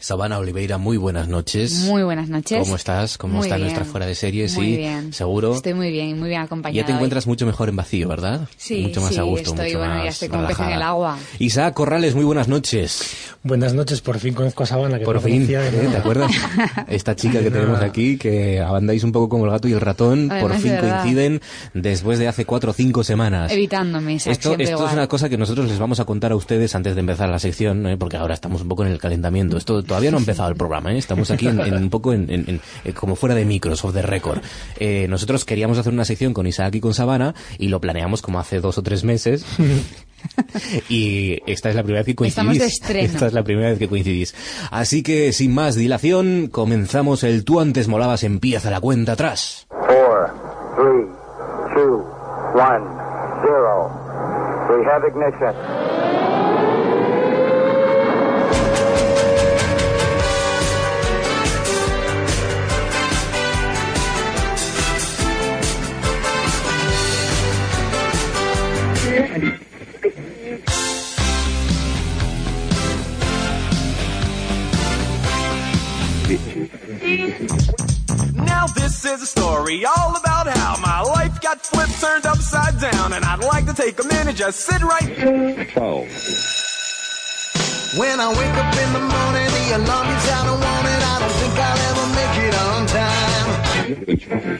Sabana Oliveira, muy buenas noches. Muy buenas noches. ¿Cómo estás? ¿Cómo Muy está bien. nuestra fuera de serie? Muy Sí, bien. seguro. Estoy muy bien, muy bien acompañada. Ya te hoy. encuentras mucho mejor en vacío, ¿verdad? Sí, mucho más sí, a gusto, estoy, mucho bueno, ya más estoy como pez en relajada. el agua. Isaac Corrales, muy buenas noches. Buenas noches, por fin conozco a Sabana, que Por no fin, conocía de ¿eh? ¿te nada. acuerdas? Esta chica que tenemos aquí, que abandáis un poco como el gato y el ratón, Además, por de fin verdad. coinciden después de hace cuatro o cinco semanas. Evitándome, Isaac, Esto, siempre esto es igual. una cosa que nosotros les vamos a contar a ustedes antes de empezar la sección, ¿eh? porque ahora estamos un poco en el calentamiento. Esto todavía no ha empezado el programa, ¿eh? estamos aquí en, en un poco en, en- en- eh, como fuera de micros, off the record. Eh, nosotros queríamos hacer una sección con Isaac y con Sabana y lo planeamos como hace dos o tres meses. Y esta es la primera vez que coincidís. Estamos de estreno. Esta es la primera vez que coincidís. Así que, sin más dilación, comenzamos el Tú antes molabas, empieza la cuenta atrás. Four, three, two, one, zero. We have ignition. Now this is a story all about how my life got flipped, turned upside down, and I'd like to take a minute, just sit right. When I wake up in the morning, the alarm is I don't want it. I don't think I'll ever make it on time.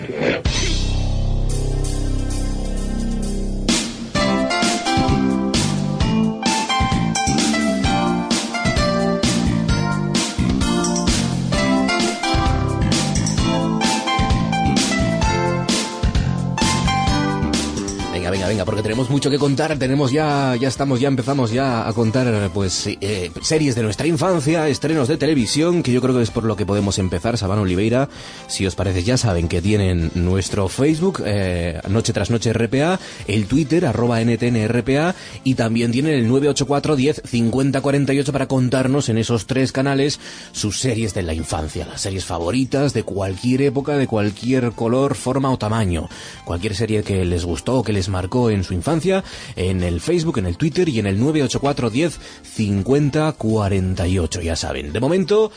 Venga, venga, venga, porque tenemos mucho que contar. Tenemos ya, ya estamos, ya empezamos ya a contar, pues, eh, series de nuestra infancia, estrenos de televisión, que yo creo que es por lo que podemos empezar. Sabana Oliveira, si os parece, ya saben que tienen nuestro Facebook, eh, Noche tras Noche RPA, el Twitter, arroba NTNRPA, y también tienen el 984 10 50 48 para contarnos en esos tres canales sus series de la infancia, las series favoritas de cualquier época, de cualquier color, forma o tamaño. Cualquier serie que les gustó o que les marcó en su infancia, en el Facebook, en el Twitter y en el 984 10 50 48, ya saben. De momento,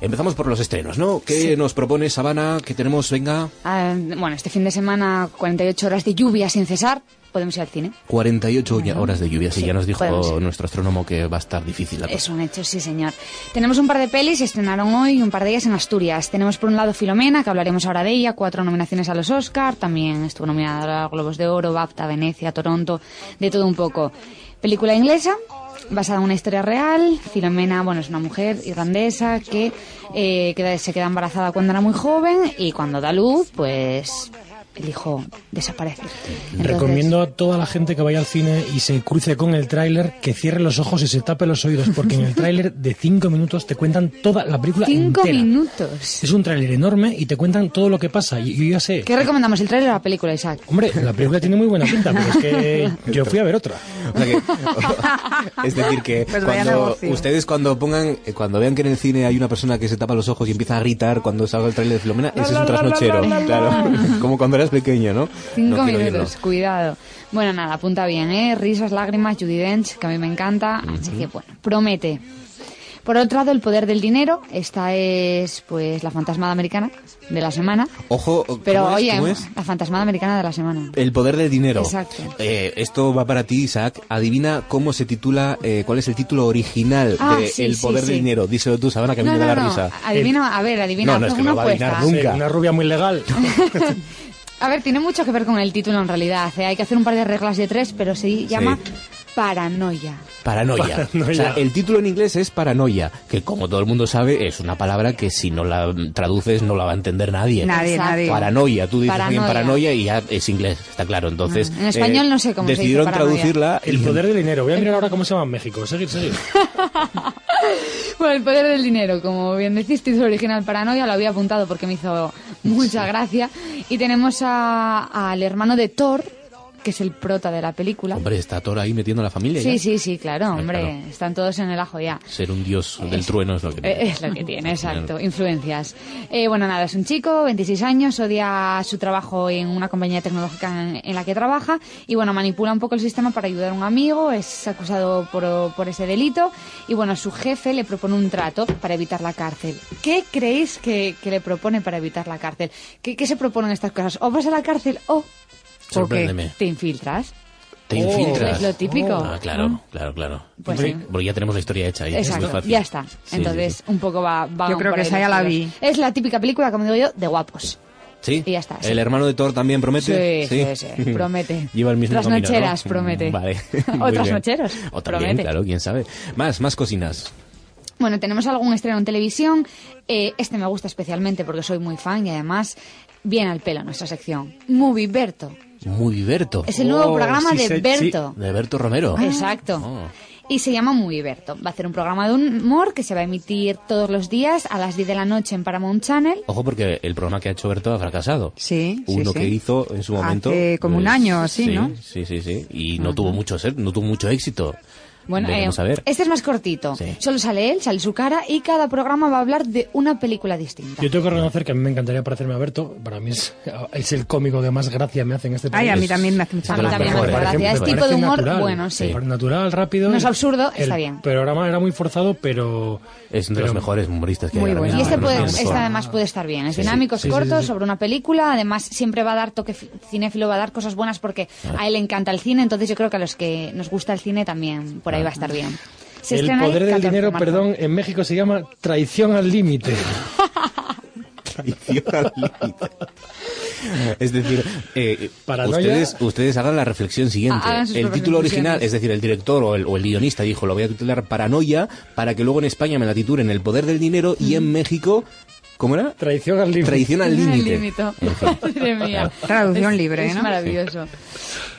empezamos por los estrenos, ¿no? ¿Qué nos propone Sabana? ¿Qué tenemos? Venga, Ah, bueno, este fin de semana 48 horas de lluvia sin cesar, podemos ir al cine. 48 ya- horas de lluvia, si Sí, ya nos dijo podemos ir. nuestro astrónomo que va a estar difícil la cosa. Es un hecho, sí señor. Tenemos un par de pelis, se estrenaron hoy y un par de ellas en Asturias. Tenemos por un lado Filomena, que hablaremos ahora de ella, cuatro nominaciones a los Oscar, también estuvo nominada a Globos de Oro, BAFTA, Venecia, Toronto, de todo un poco. Película inglesa, basada en una historia real. Filomena, bueno, es una mujer irlandesa que eh, queda- se queda embarazada cuando era muy joven y cuando da luz, pues el hijo desaparece. Entonces- Recomiendo a toda la gente que vaya al cine y se cruce con el tráiler, que cierre los ojos y se tape los oídos, porque en el tráiler de cinco minutos te cuentan toda la película Cinco entera. minutos. Es un tráiler enorme y te cuentan todo lo que pasa. Y yo ya sé. ¿Qué recomendamos? ¿El trailer o la película, Isaac? Hombre, la película tiene muy buena pinta, pero es que yo fui a ver otra. O sea que- es decir, que Pues vayan a cuando negocio. ustedes cuando pongan, eh, cuando vean que en el cine hay una persona que se tapa los ojos y empieza a gritar cuando salga el tráiler de Filomena, ese es un trasnochero, claro. Como cuando eras pequeño, ¿no? Cinco No quiero minutos, oírlo. cuidado. Bueno, nada, apunta bien, ¿eh? Risas, lágrimas, Judy Dench, que a mí me encanta. Así que, bueno, promete. Por otro lado, El poder del dinero. Esta es, pues, la fantasmada americana de la semana. Ojo, ¿cómo Pero, es? oye, em, ¿Cómo es? la fantasmada americana de la semana. El poder del dinero. Exacto. Eh, esto va para ti, Isaac. Adivina cómo se titula, eh, cuál es el título original Ah, de sí, El sí, poder sí. del dinero. Díselo tú, Sabana, que a mí no, me no, da la no. risa. Adivina, a ver, adivina. No, no, es haz que no una va a adivinar apuesta. Nunca. Sí, una rubia muy legal. A ver, tiene mucho que ver con el título en realidad. ¿eh? Hay que hacer un par de reglas de tres, pero se llama paranoia. Paranoia. Paranoia. O sea, el título en inglés es paranoia, que como todo el mundo sabe, es una palabra que si no la mm, traduces no la va a entender nadie. Nadie, Exacto. nadie. Paranoia, tú dices alguien Paranoia. paranoia y ya es inglés, está claro. Entonces, eh, Ajá. En español no sé cómo se dice Decidieron paranoia. traducirla. y- El poder del dinero. Voy a mirar ahora cómo se llama en México. Seguir, seguir. Bueno, el poder del dinero, como bien decís, título original Paranoia, lo había apuntado porque me hizo mucha gracia. Y tenemos a- al hermano de Thor, que es el prota de la película. Hombre, está Thor ahí metiendo a la familia. sí, ya. sí, sí, claro, Eh, hombre, claro. están todos en el ajo ya. Ser un dios del Es- trueno es lo que tiene. Eh, Es lo que tiene, Genial. exacto. Influencias. Eh, bueno, nada, es un chico, 26 años, odia su trabajo en una compañía tecnológica en, en la que trabaja y, bueno, manipula un poco el sistema para ayudar a un amigo, es acusado por, por ese delito y, bueno, su jefe le propone un trato para evitar la cárcel. ¿Qué creéis que, que le propone para evitar la cárcel? ¿Qué, qué se proponen estas cosas? ¿O vas a la cárcel o, o qué? Sorpréndeme. te infiltras? Te Oh. infiltras. Es lo típico. Ah, claro, claro, claro. Pues Porque- sí. Porque ya tenemos la historia hecha. ahí, es muy Exacto, fácil. ya está. Sí, sí, Entonces, sí. un poco va, va Yo un creo por que ahí esa ya los la tiros. vi. Es la típica película, como digo yo, de guapos. ¿Sí? Y ya está, sí. ¿El hermano de Thor también promete? Sí, sí, sí, promete. Lleva el mismo Las camino, ¿no? nocheras, promete. Vale. O Muy tras bien. nocheros, O también, promete. claro, quién sabe. Más, más cocinas. Bueno, tenemos algún estreno en televisión. Eh, este me gusta especialmente porque soy muy fan y además viene al pelo nuestra sección. Moviberto. Muy Berto. Es el nuevo Oh, programa sí de sé- sí. Berto. Ah. De Berto Romero. Exacto. Oh. Y se llama Moviberto. Va a ser un programa de humor que se va a emitir todos los días a las 10 de la noche en Paramount Channel. Ojo porque el programa que ha hecho Berto ha fracasado. Sí, sí, Uno sí. que hizo en su Hace momento. pues, como un año o así, sí, ¿no? Sí, sí, sí. Y no tuvo mucho ser, no tuvo mucho éxito. Bueno, eh, Veremos a ver. este es más cortito. Sí. Solo sale él, sale su cara y cada programa va a hablar de una película distinta. Yo tengo que reconocer que a mí me encantaría parecerme a Berto. Para mí es, es el cómico que más gracia me hace en este país. Ay, a mí Es- también me hace mucha A mí de los también me hace mejores. gracia. Es Parece- tipo de parece humor natural. bueno, sí. Parece Natural, rápido. No es El- absurdo, el está bien. programa era muy forzado, pero. Es uno de pero- los mejores humoristas que Muy hay ahora bueno. Y mismo. este, No, puede, no, no, este no. además puede estar bien. Es Sí, sí. dinámico, es Sí, sí, corto, sí, sí. sobre una película. Además, siempre va a dar toque fi- cinéfilo, va a dar cosas buenas porque a él le encanta el cine. Entonces, yo creo que a los que nos gusta el cine también por ahí va a estar bien. Se El estrena el poder 14 del de dinero, marzo. perdón, en México se llama traición al límite. Traición al límite. Es decir, eh, Paranoia. ustedes, ustedes hagan la reflexión siguiente. Ah, hagan sus el propias título original, conclusiones. es decir, el director o el, o el guionista dijo, lo voy a titular Paranoia para que luego en España me la titulen El Poder del Dinero y en México, ¿cómo era? Traición al límite. Traición al Mm. Al límite. límite. Madre mía. Traducción Es- libre, es ¿no? maravilloso.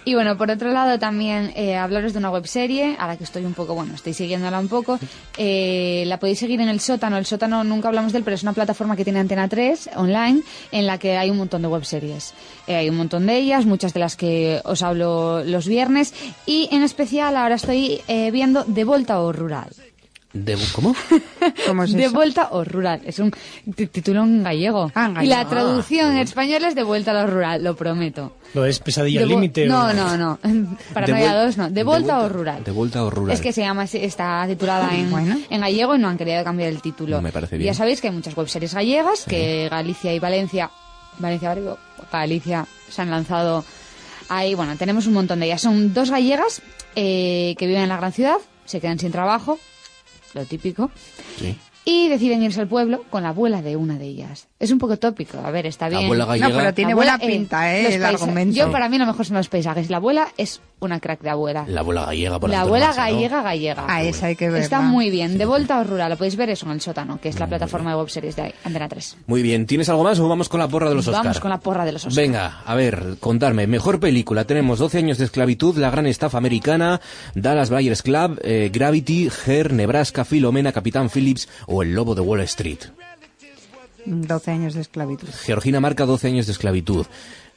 Y bueno, por otro lado también eh, hablaros de una webserie a la que estoy un poco, bueno, estoy siguiéndola un poco. Eh, la podéis seguir en el sótano. El sótano nunca hablamos de él, pero es una plataforma que tiene Antena 3 online en la que hay un montón de webseries. Eh, hay un montón de ellas, muchas de las que os hablo los viernes. Y en especial ahora estoy eh, viendo De Volta o Rural. De- ¿Cómo? ¿Cómo es de eso? vuelta o rural. Es un t- título en gallego. Ah, en Y gallego. la traducción en español es de vuelta a lo rural, lo prometo. Lo es pesadilla De al vo- límite. No, o- no, no. De Paranoia vuel- 2, no. de De vuelta vuelta- o rural. de vuelta o rural. Es que se llama, así, está titulada en, Bueno. en gallego y no han querido cambiar el título. Me parece bien. Ya sabéis que hay muchas webseries gallegas, que Galicia y Valencia, Valencia, Barrio, Galicia se han lanzado ahí. Bueno, tenemos un montón de ellas. Son dos gallegas eh, que viven en la gran ciudad, se quedan sin trabajo, lo típico. Sí. Y deciden irse al pueblo con la abuela de una de ellas. Es un poco tópico, a ver, está bien. Abuela gallega. No, pero tiene Abuela, buena pinta, ¿eh? los El paisa- argumento. Yo, para mí, lo mejor son los paisajes. La abuela es una crack de abuela. La abuela gallega, por La abuela antonomasia, ¿no? gallega, gallega. Ah, esa hay que verla. Está muy bien. De vuelta o rural, lo podéis ver eso en el sótano, que es la Mm. plataforma de webseries de Antena 3. Muy bien, ¿tienes algo más o vamos con la porra de los Oscar? Vamos con la porra de los Oscar. Venga, a ver, contarme. Mejor película. Tenemos 12 años de esclavitud, La Gran Estafa Americana, Dallas Buyers Club, eh, Gravity, Her, Nebraska, Filomena, Capitán Phillips o El Lobo de Wall Street. 12 años de esclavitud. Georgina marca 12 años de esclavitud.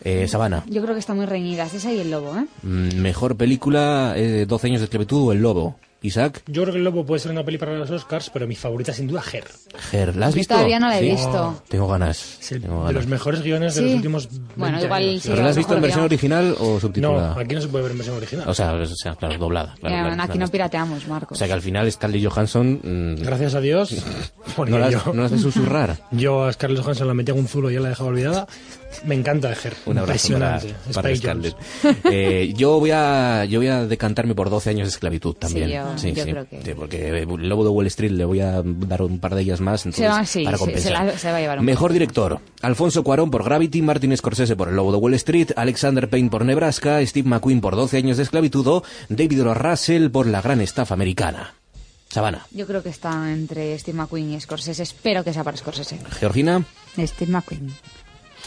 Eh, Sabana, Yo creo que están muy reñidas. Esa y el lobo, ¿eh? mm, mejor película, eh, 12 años de esclavitud o El Lobo. Isaac, Yo creo que el lobo puede ser una peli para los Oscars, pero mi favorita sin duda Her. Her, ¿la has Yo visto? todavía no la he Sí. visto. Tengo ganas. Es el- tengo de ganas. los mejores guiones de Sí. los últimos. Bueno, 20 igual años. sí, ¿Pero a la lo has visto en mejor versión veo. original o No, subtitulada? aquí no se puede ver en versión original. O sea, o sea, claro, doblada. claro, Eh, claro, aquí claro. no pirateamos, Marcos. O sea que al final Stanley Johansson mm, Gracias a Dios. porque no, las, yo, no las de susurrar. yo a Scarlett Johansson la metí a un zulo y ya la he dejado olvidada. Me encanta Her. Un abrazo para, Impresionante. para Spike Scarlett. Jonze. Eh, yo voy a yo voy a decantarme por 12 años de esclavitud también. Sí, yo- yo creo que- Sí, porque eh, Lobo de Wall Street le voy a dar un par de ellas más entonces, Se va- sí, para sí, compensar. se la- se va a llevar un Mejor director. Alfonso Cuarón por Gravity, Martin Scorsese por El Lobo de Wall Street, Alexander Payne por Nebraska, Steve McQueen por 12 años de esclavitud o David O. Russell por La Gran Estafa Americana. Sabana. Yo creo que está entre Steve McQueen y Scorsese. Espero que sea para Scorsese. Georgina. Steve McQueen.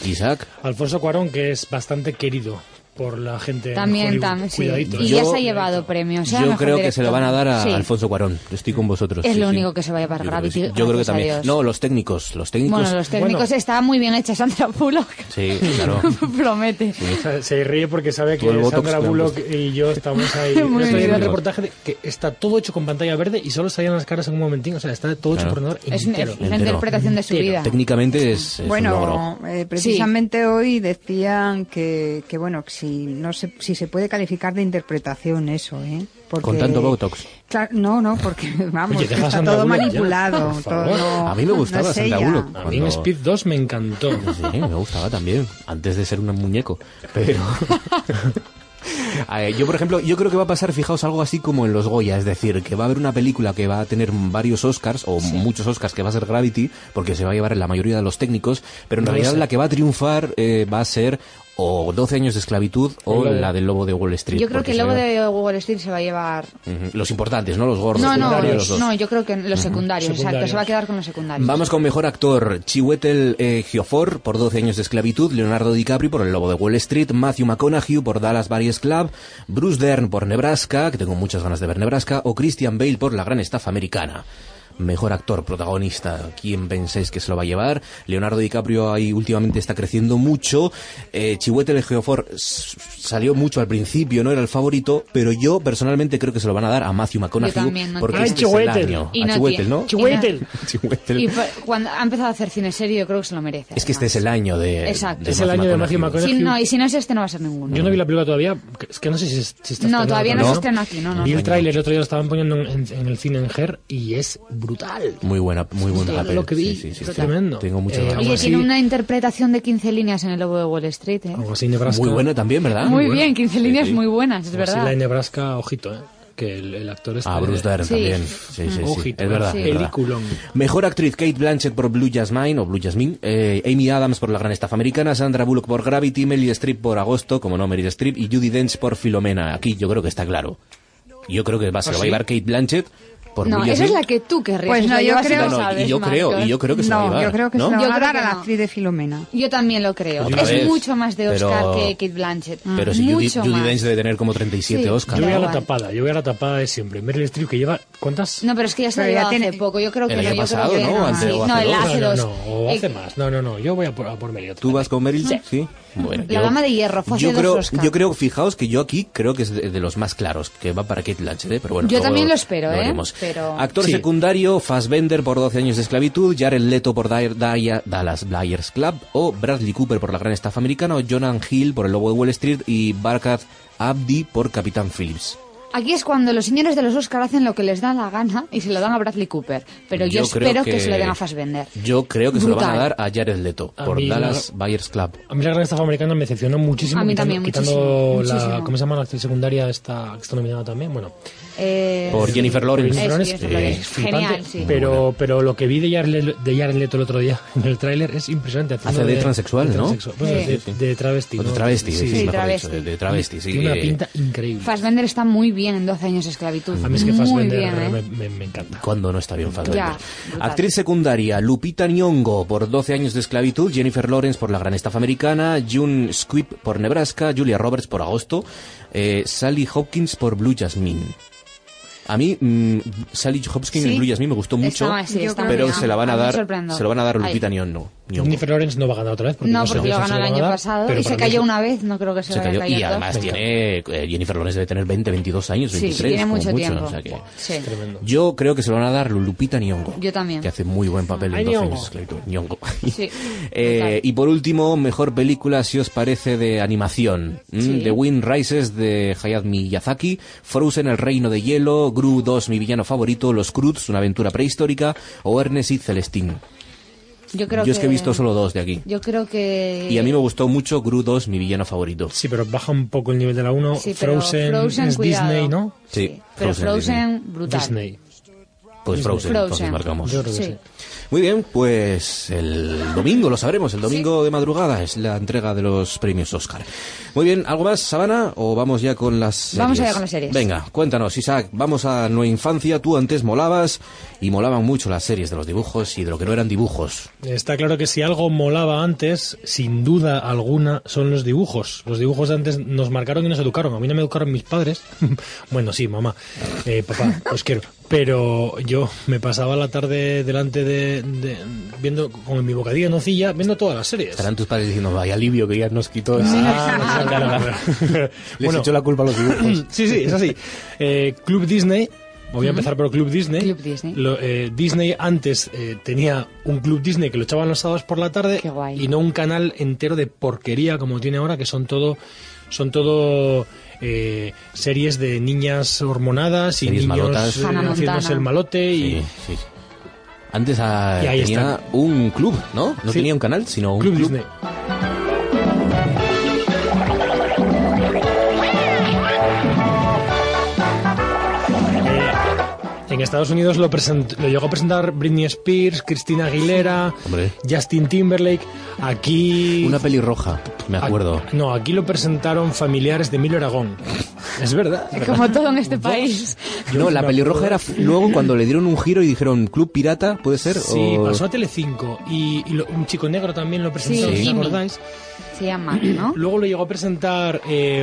Isaac. Alfonso Cuarón, que es bastante querido por la gente. en También, Hollywood. también, sí. Cuidadito, Y ¿eh? ya se ha llevado premios. ¿eh? Yo Mejor creo que director. se lo van a dar a Sí. Alfonso Cuarón. Yo estoy con vosotros. Es lo único que se va a llevar Yo creo que Gravity, sí. Yo creo que gracias a también. Dios. No, los técnicos. Los técnicos. Bueno, los técnicos Bueno. está muy bien hecha Sandra Bullock. Sí, claro. Promete. O sea, se ríe porque sabe Todo el que botox Sandra que le han Bullock y yo estamos Muy ahí. Yo estoy bien. viendo el reportaje de que está todo hecho con pantalla verde y solo salían las caras en un momentín. O sea, está todo hecho Claro. por ordenador Es una, entero. es una interpretación de su vida. Técnicamente es, es un logro. Bueno, eh, precisamente hoy decían que, que bueno, que si no se, si se puede calificar de interpretación eso, ¿eh? Porque- Con tanto Botox. Claro, no, no, porque vamos, Oye, deja a está Sandra todo Bullock ya, manipulado. por todo, favor. no- A mí me no gustaba es Santa ella. Bullock. A mí en cuando- Speed 2 me encantó. Sí, me gustaba también, antes de ser un muñeco. Pero. A ver, Yo, por ejemplo, yo creo que va a pasar, fijaos, algo así como en los Goya, es decir, que va a haber una película que va a tener varios Oscars, o muchos Oscars, que va a ser Gravity, porque se va a llevar la mayoría de los técnicos, pero en No lo realidad sé. la que va a triunfar eh, va a ser o 12 años de esclavitud o El Lobo. la del Lobo de Wall Street. Yo creo porque que el se lobo va- de Wall Street se va a llevar. Ujú, Los importantes, ¿no? Los gordos. No, no, secundarios, los dos. no, yo creo que los secundarios, exacto. Secundarios. Se va a quedar con los secundarios. Vamos con mejor actor. Chiwetel eh, Ejiofor, por 12 años de esclavitud, Leonardo DiCaprio por El Lobo de Wall Street, Matthew McConaughey por Dallas Buyers Club, Bruce Dern por Nebraska, que tengo muchas ganas de ver Nebraska, o Christian Bale por La Gran Estafa Americana. Mejor actor protagonista, ¿quién pensáis que se lo va a llevar? Leonardo DiCaprio ahí últimamente está creciendo mucho. Eh, Chiwetel Ejiofor s- salió mucho al principio, no era el favorito, pero yo personalmente creo que se lo van a dar a Matthew McConaughey también, no porque tiene- este es el Ay, Chiwetel. año. Y A no Chiwetel, tiene- ¿no? Chiwetel. Chiwetel. Y fue- cuando ha empezado a hacer cine serio, yo creo que se lo merece. Es que este además. es el año de. Exacto. de Es el año de Matthew Si McConaughey. no, y si no es este, no va a ser ninguno. Yo no vi la película todavía, que- es que no sé si, es- si está No, estrenada todavía no ¿no? se estrena aquí, no, no. Vi no. el tráiler, el otro día lo estaban poniendo en, en- en el cine en GER y es brutal. Muy buena, muy buen Todo papel. lo que vi Sí, sí, sí, fue sí. tremendo. Tengo muchas Eh, ganas. Oye, Aún así- tiene una interpretación de 15 líneas en el lobo de Wall Street, ¿eh? Como así Nebraska. Muy buena también, ¿verdad? Muy bien, 15 líneas sí. muy buenas, es Como así la verdad. de Nebraska, ojito, ¿eh? Que el, el actor este es. Ah, Bruce Dern Sí. también. Sí, sí, sí. Ojito, Es verdad. sí. es verdad. Peliculón. Mejor actriz Kate Blanchett por Blue Jasmine o Blue Jasmine, eh, Amy Adams por La Gran Estafa Americana, Sandra Bullock por Gravity, Meryl Streep por Agosto, como no Meryl Streep, y Judy Dench por Filomena. Aquí yo creo que está claro. Yo creo que va, se lo va a llevar Kate Blanchett por ¿Ah, No, Blue esa es Jasmine. la que tú querrías. Pues que no, se yo llevase, creo- lo No, no, y sabes, yo creo, Marcos. y yo creo que se lo va a No, llevar. yo creo que ¿no? se lo Yo van a creo dar a que la no. actriz de Filomena. Yo también lo creo. Otra es vez. mucho más de Oscar Pero- que Kate Blanchett. Pero si Judy, mucho Judy más. Dench debe tener como 37 Sí. Oscars. Yo voy a la Igual. tapada, yo voy a la tapada de siempre. Meryl Streep que lleva. ¿Cuántas? No, pero es que ya se lo Pero ya llevado tiene- hace poco. Yo creo que El no, año yo pasado, creo que ¿no? no. Antes Sí, o no, hace el dos. hace no, dos. no, o hace Eh, más. No, no, no. Yo voy a por, a por Meryl. ¿Tú vas con Meryl? Sí. Bueno, La dama de hierro, fue hace yo dos creo, Oscar. yo creo, fijaos que yo aquí creo que es de, de los más claros, que va para Kate Blanchett, ¿eh? pero bueno. Yo luego también lo espero, ¿eh? veremos. Pero- Actor Sí. secundario, Fassbender por 12 años de esclavitud, Jared Leto por Dyer- Dyer- Dallas Buyers Club, o Bradley Cooper por La Gran Estafa Americana, o Jonah Hill por El Lobo de Wall Street, y Barkat Abdi por Capitán Phillips. Aquí es cuando los señores de los Oscar hacen lo que les da la gana y se lo dan a Bradley Cooper. Pero yo, creo espero que... se lo den a Fassbender. Yo creo que se lo van a Brutal. dar a Jared Leto A por mí Dallas Buyers Club. A mí la gran estafa americana me decepcionó muchísimo. A mí quitando- también, quitando muchísimo, la, muchísimo. ¿Cómo se llama la actriz secundaria esta, que está nominada también? Bueno, Eh, Por Jennifer Lawrence. Eso, Jennifer Lawrence, Jennifer eh, Lawrence. es flipante, Genial, sí. Pero, pero lo que vi de Jared, Le- de Jared Leto el otro día en el tráiler es impresionante. haciendo Hace de transexual, ¿no? bueno, Sí. de, de O travesti. Pues de ¿no? travesti, sí, Sí, mejor travesti. dicho, de, de travesti, sí. Tiene una eh, pinta increíble. Fassbender está muy bien en 12 años de esclavitud. A mí es que muy Fassbender bien, ¿eh? me, me- me encanta. Cuando no está bien Fassbender. Ya, brutal. Actriz secundaria, Lupita Nyong'o por 12 años de esclavitud, Jennifer Lawrence por La Gran Estafa Americana, June Squibb por Nebraska, Julia Roberts por Agosto, eh, Sally Hopkins por Blue Jasmine. A mí, mm, Sally Hopkins Sí. y Blue Jasmine me gustó mucho, Está- sí, Yo está creo pero que bien. se la van a mí me dar, sorprendo. se lo van a dar a Ay, Lupita Nyong'o. Nyong'o. Jennifer Lawrence no va a ganar otra vez. Porque No, sé porque si lo se ganó el va a año ganar, pasado pero y se para mí cayó es- una vez, no creo que se, Se vaya a cayó. caer Y otra. además tiene, eh, Jennifer Lawrence debe tener 20, 22 años, Sí, 23, sí, tiene como mucho mucho, tiempo. o sea que- Sí. Tremendo. Yo creo que se lo van a dar Lupita Nyong'o. Yo también. Que hace muy buen papel Ay, en 12 Nyong'o. años de esclavitud. Nyong'o. Sí, Eh, total. y por último, mejor película, si os parece, de animación. ¿Mm? Sí. The Wind Rises de Hayao Miyazaki, Frozen, El Reino de Hielo, Gru 2, mi villano favorito, Los Cruz, una aventura prehistórica, o Ernest y Celestine. Yo creo Yo es que he visto solo dos de aquí. Yo creo que... Y a mí me gustó mucho Gru 2, mi villano favorito. Sí, pero baja un poco el nivel de la 1. Sí, pero Frozen, es cuidado. Disney, ¿no? Sí, pero Frozen, Frozen, brutal. Disney. Pues Frozen, entonces Frozen. marcamos. Yo creo que Sí. sí. Muy bien, pues el domingo lo sabremos, el domingo de madrugada es la entrega de los premios Oscar. Muy bien, ¿algo más, Sabana? ¿O vamos ya con las series? Vamos allá con las series. Venga, cuéntanos, Isaac, vamos a nuestra infancia, tú antes molabas y molaban mucho las series de los dibujos y de lo que no eran dibujos. Está claro que si algo molaba antes, sin duda alguna, son los dibujos. Los dibujos de antes nos marcaron y nos educaron. A mí no me educaron mis padres. bueno, sí, mamá, eh, papá, os quiero. Pero yo me pasaba la tarde delante de, de- viendo con mi bocadilla en hocilla, viendo todas las series. Estarán tus padres diciendo, vaya alivio que ya nos quitó. esa- Ah, no, claro, claro. Les Bueno, echó la culpa a los dibujos. Sí, sí, es así. Eh, Club Disney. Voy a empezar por Club Disney. Club Disney. Lo, eh, Disney antes eh, tenía un Club Disney que lo echaban los sábados por la tarde Qué guay. y no un canal entero de porquería como tiene ahora, que son todo son todo eh, series de niñas hormonadas y Series niños malotas. eh, Hannah Montana. haciéndose el malote y Sí, sí. Antes ah, Y ahí tenía están. un club, ¿no? No Sí. tenía un canal, sino un Club club. Disney. Eh, En Estados Unidos lo, present- lo llegó a presentar Britney Spears, Cristina Aguilera, Hombre. Justin Timberlake. Aquí. Una peli roja, me acuerdo. a- no, aquí lo presentaron familiares de Emilio Aragón. Es verdad. Como todo en este país. No, la me pelirroja era acuerdo. f- luego cuando le dieron un giro y dijeron Club Pirata, ¿puede ser? Sí, O- pasó a Telecinco y, y lo- un chico negro también lo presentó, Sí. ¿os Jimmy. acordáis? Se llama, ¿no? Luego lo llegó a presentar eh,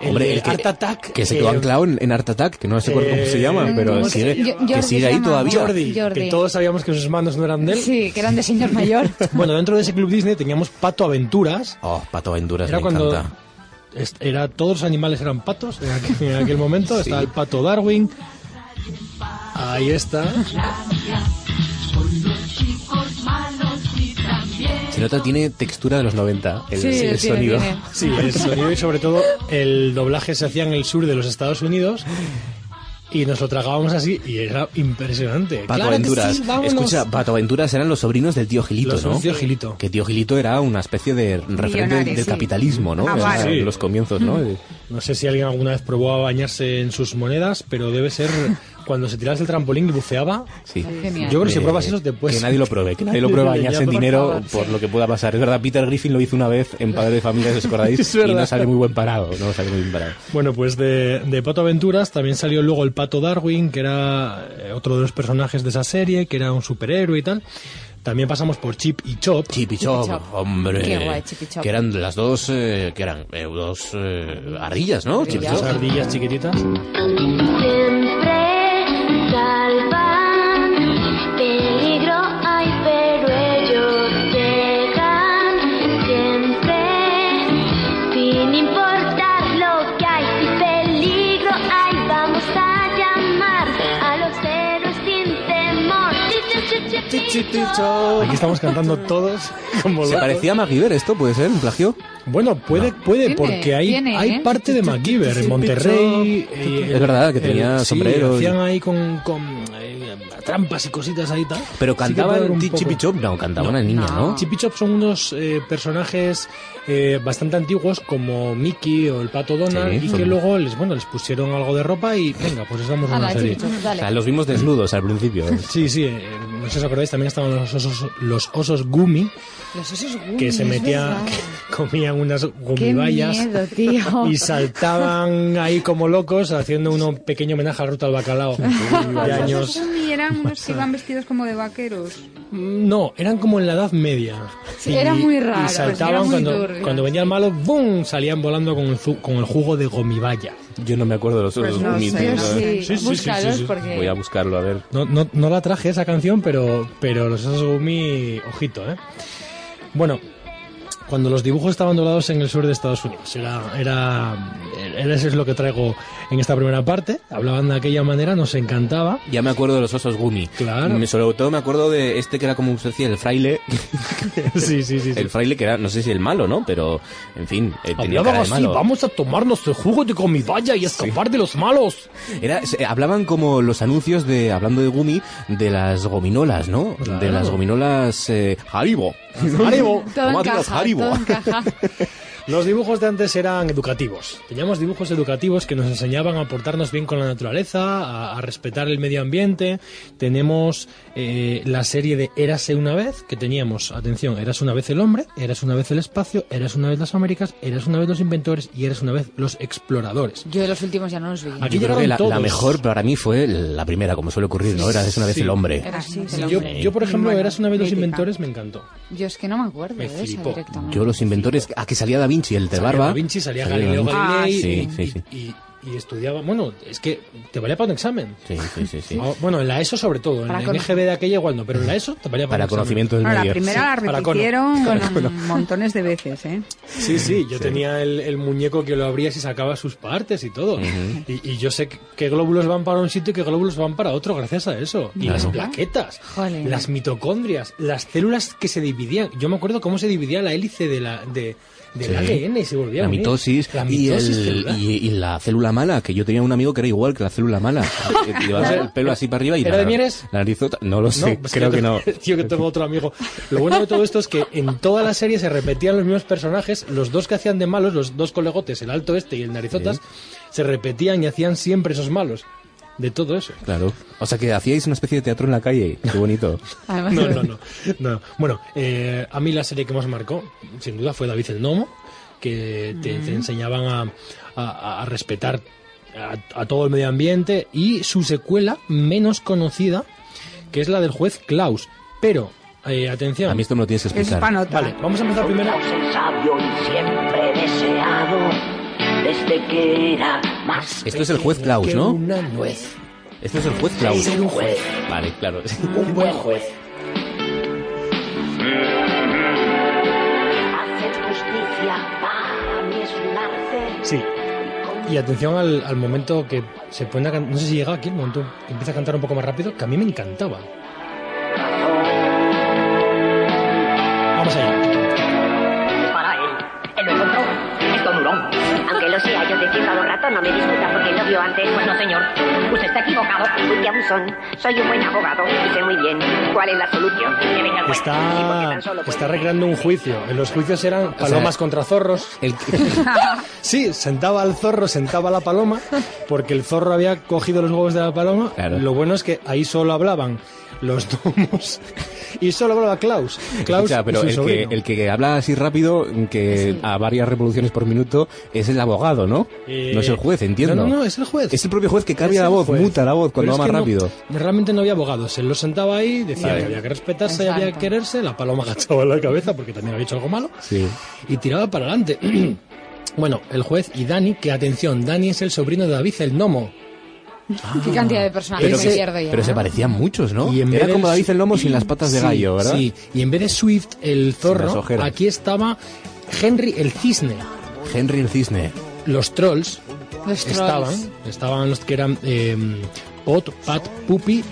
el, Hombre, de el que, Art Attack. que se eh, quedó anclado en, en Art Attack, que no sé acuerdo cómo se llama, eh, pero ¿cómo sigue, se- Yo- Jordi que se sigue ahí llama, todavía. Jordi, Jordi. que todos sabíamos que sus manos no eran de él. Sí, que eran de señor mayor. Bueno, dentro de ese club Disney teníamos Pato Aventuras. Oh, Pato Aventuras, Era me cuando encanta. est- era, todos los animales eran patos en aquel, en aquel momento. Estaba el pato Darwin. Ahí está. Se nota, tiene textura de los 90, el, Sí, el tiene, sonido. tiene. Sí, el sonido y sobre todo el doblaje se hacía en el sur de los Estados Unidos. Y nos lo tragábamos así y era impresionante. Pato Claro que Aventuras. sí, vámonos. Escucha, Pato Aventuras eran los sobrinos del tío Gilito, Los ¿no? tío Gilito. Que tío Gilito era una especie de referente del, Millonario, del sí. capitalismo, ¿no? Ah, Era vale. de los comienzos, ¿no? No sé si alguien alguna vez probó a bañarse en sus monedas, pero debe ser cuando se tiras del trampolín y buceaba. Sí. Genial. Yo creo que si Eh, pruebas eso te puedes... Que nadie lo pruebe, que nadie lo pruebe Ya, bañarse en por dinero favor, por lo que pueda pasar. Es verdad, Peter Griffin lo hizo una vez en Padre de Familia, si os acordáis, Es y verdad. no sale muy buen parado, no sale muy bien parado. Bueno, pues de, de Pato Aventuras también salió luego el Pato Darwin, que era eh, otro de los personajes de esa serie, que era un superhéroe y tal. También pasamos por Chip y Chop. Chip y Chop, Chop, hombre. Qué guay, Chip y Chop. Que eran las dos, eh, que eran eh, dos eh, ardillas, ¿no? Chip y Esas Chop. ardillas chiquititas. Siempre salvan, peligro hay, pero ellos llegan siempre, sin importar lo que hay, si peligro hay, vamos a llamar a los héroes sin temor. Chip, chip, chip, chip, Aquí estamos cantando todos como ¿Se locos. parecía a MacGyver esto? ¿Puede ser? ¿Un plagio? Bueno, puede, puede, Tiene, porque hay, tiene, hay ¿eh? parte de MacGyver en Monterrey. eh, Es verdad, que el- tenía sí, sombrero y- hacían ahí con, con, eh, trampas y cositas ahí y tal. Pero Sí que puede haber cantaban un Ti- Chip y poco. Chop, no, cantaba No. una niña, ¿no? No. Chip y Chop son unos eh, personajes eh, bastante antiguos como Mickey o el Pato Donald Sí, y son- que luego les bueno les pusieron algo de ropa y venga pues estamos en Ala, una serie. chiquitos, O sea, dale. los vimos desnudos al principio. Sí, sí, eh, no sé si os acordáis, también estaban los osos, los osos Gumi, Los osos que Gummy, se es metían, verdad. que comían unas Qué gumibayas miedo, tío. y saltaban ahí como locos haciendo un pequeño homenaje a Ruta al Bacalao de años. Y eran unos que iban vestidos como de vaqueros. Pues No, eran como en la Edad Media. Sí, era muy raro, Y saltaban era muy cuando, turbio, cuando venía el malo, ¡bum! Salían volando con el, zu- con el jugo de gomibaya. Yo no me acuerdo de los Pues no Goonies, sé, tío. Pero no sé. sí, Sí, sí, sí, búscalos sí, sí. porque... Voy a buscarlo, a ver. No, no, no la traje esa canción, pero, pero los Osos Gumi, ojito, ¿eh? Bueno, cuando los dibujos estaban doblados en el sur de Estados Unidos, era, era, era- eso es lo que traigo en esta primera parte. Hablaban de aquella manera, nos encantaba. Ya me acuerdo de los osos Gumi. Claro. Me, sobre todo me acuerdo de este que era como un decía, el fraile. sí, sí, sí. sí. El fraile que era, no sé si el malo, ¿no? Pero, en fin, eh, tenía Hablaban cara de así, malo. vamos a tomarnos el jugo de comidalla y escapar de los malos. Era, se- hablaban como los anuncios de, hablando de Gumi, de las gominolas, ¿no? Claro. De las gominolas eh, Haribo. Haribo. Todo Tomate los encaja, Haribo. todo encaja. Los dibujos de antes eran educativos. Teníamos dibujos educativos que nos enseñaban a portarnos bien con la naturaleza, a, a respetar el medio ambiente. Tenemos eh, la serie de Érase una vez, que teníamos, atención, Eras una vez el hombre, Eras una vez el espacio, Eras una vez las Américas, Eras una vez los inventores y Eras una vez los exploradores. Yo de los últimos ya no los vi. Yo Aquí creo que llegaron la, la todos. mejor para mí fue la primera, como suele ocurrir, ¿no? Era es una vez Sí. el hombre. Era así, Sí, el Yo, hombre. yo, por ejemplo, Bueno, Eras una vez los crítica. inventores me encantó. Yo es que no me acuerdo Me de esa flipó. directamente. Yo los inventores, a que salía Da Vinci, el de Salía barba. Da Vinci, salía Salía Galileo Da Galilei. Galilei Ah, y- sí, sí, y, y- y estudiaba. Bueno, es que te valía para un examen. Vinci. Sí, sí, sí, sí. O- Bueno, en la ESO sobre todo, en Para la cono- NGB de aquella igual no, pero en la ESO te valía para, Para un examen. conocimiento del Bueno, la medio. primera la Para Cono. repitieron montones de veces, ¿eh? Sí, sí, yo tenía el, el muñeco que lo abrías y sacaba sus partes y todo. y, y yo sé que- qué glóbulos van para un sitio y qué glóbulos van para otro gracias a eso. Y las plaquetas, Jolín. las mitocondrias, las células que se dividían. Yo me acuerdo cómo se dividía la hélice de la, de, del Sí. ADN y se volvía La a unir. mitosis, La y, mitosis el- celular. y- y la célula mala, que yo tenía un amigo que era igual que la célula mala. Que te Llevaba el pelo así para arriba y ¿Era la, de Mieres? la narizota. No lo sé, pues creo yo que no. te- Tío, que tengo otro amigo. Lo bueno de todo esto es que en toda la serie se repetían los mismos personajes. Los dos que hacían de malos, los dos colegotes, el alto este y el narizotas, se repetían y hacían siempre esos malos. De todo eso. Claro. O sea que hacíais una especie de teatro en la calle. Qué bonito. Además, No, no, no. no. Bueno, eh, a mí la serie que más marcó, sin duda, fue David el Nomo, que te, Mm. te enseñaban a, a- a respetar a, a todo el medio ambiente y su secuela menos conocida, que es la del juez Klaus. Pero, eh, atención. A mí esto me lo tienes que Es explicar. panota. Vale, vamos a empezar primero. el sabio y siempre deseado desde que era más Esto es el juez Klaus, ¿no? Una nuez. Esto es el juez Klaus. un juez. Vale, claro. un buen juez. Hacer justicia para mí es un arte. Sí. Y atención al, al momento que se pone a cantar. No sé si llega aquí el momento que empieza a cantar un poco más rápido, que a mí me encantaba. Vamos allá. Para él, él lo encontró. Es Don Hurón. Aunque lo sea, yo de cierto rato no me discuta porque él lo vio antes. Pues no, señor. Usted está equivocado. Y aún son. Soy un buen abogado y sé muy bien cuál es la solución. Que venga el juez. Sí, porque Está, tan solo puede- está recreando un juicio. En los juicios eran palomas contra zorros. El- Sí, sentaba al zorro, sentaba a la paloma, porque el zorro había cogido los huevos de la paloma. Claro. Lo bueno es que ahí solo hablaban los domos y solo hablaba Klaus. Klaus Escucha, pero y su el que, sobrino. el que habla así rápido, que a varias revoluciones por minuto, es el abogado, ¿no? Eh, No es el juez, entiendo. No, no, no, es el juez. Es el propio juez que cambia Es la el voz, juez. muta la voz cuando Pero va es más que no- rápido. realmente no había abogados. Él los sentaba ahí, decía Vale. que había que respetarse, Exacto. había que quererse. La paloma agachaba la cabeza porque también había hecho algo malo Sí. y tiraba para adelante. bueno, el juez y Dani, que atención, Dani es el sobrino de David el Nomo. Ah. Qué cantidad de personajes Pero, me que- pierdo ya. pero se parecían muchos, ¿no? Y en vez Era del como David su- el Lomo sin las patas de Sí, gallo, ¿verdad? Sí, y en vez de Swift, el las zorro, ojeras. aquí estaba Henry el Cisne. Henry el Cisne. Los trolls, Los trolls. estaban, estaban los que eran eh, Pot, Pat, Puppy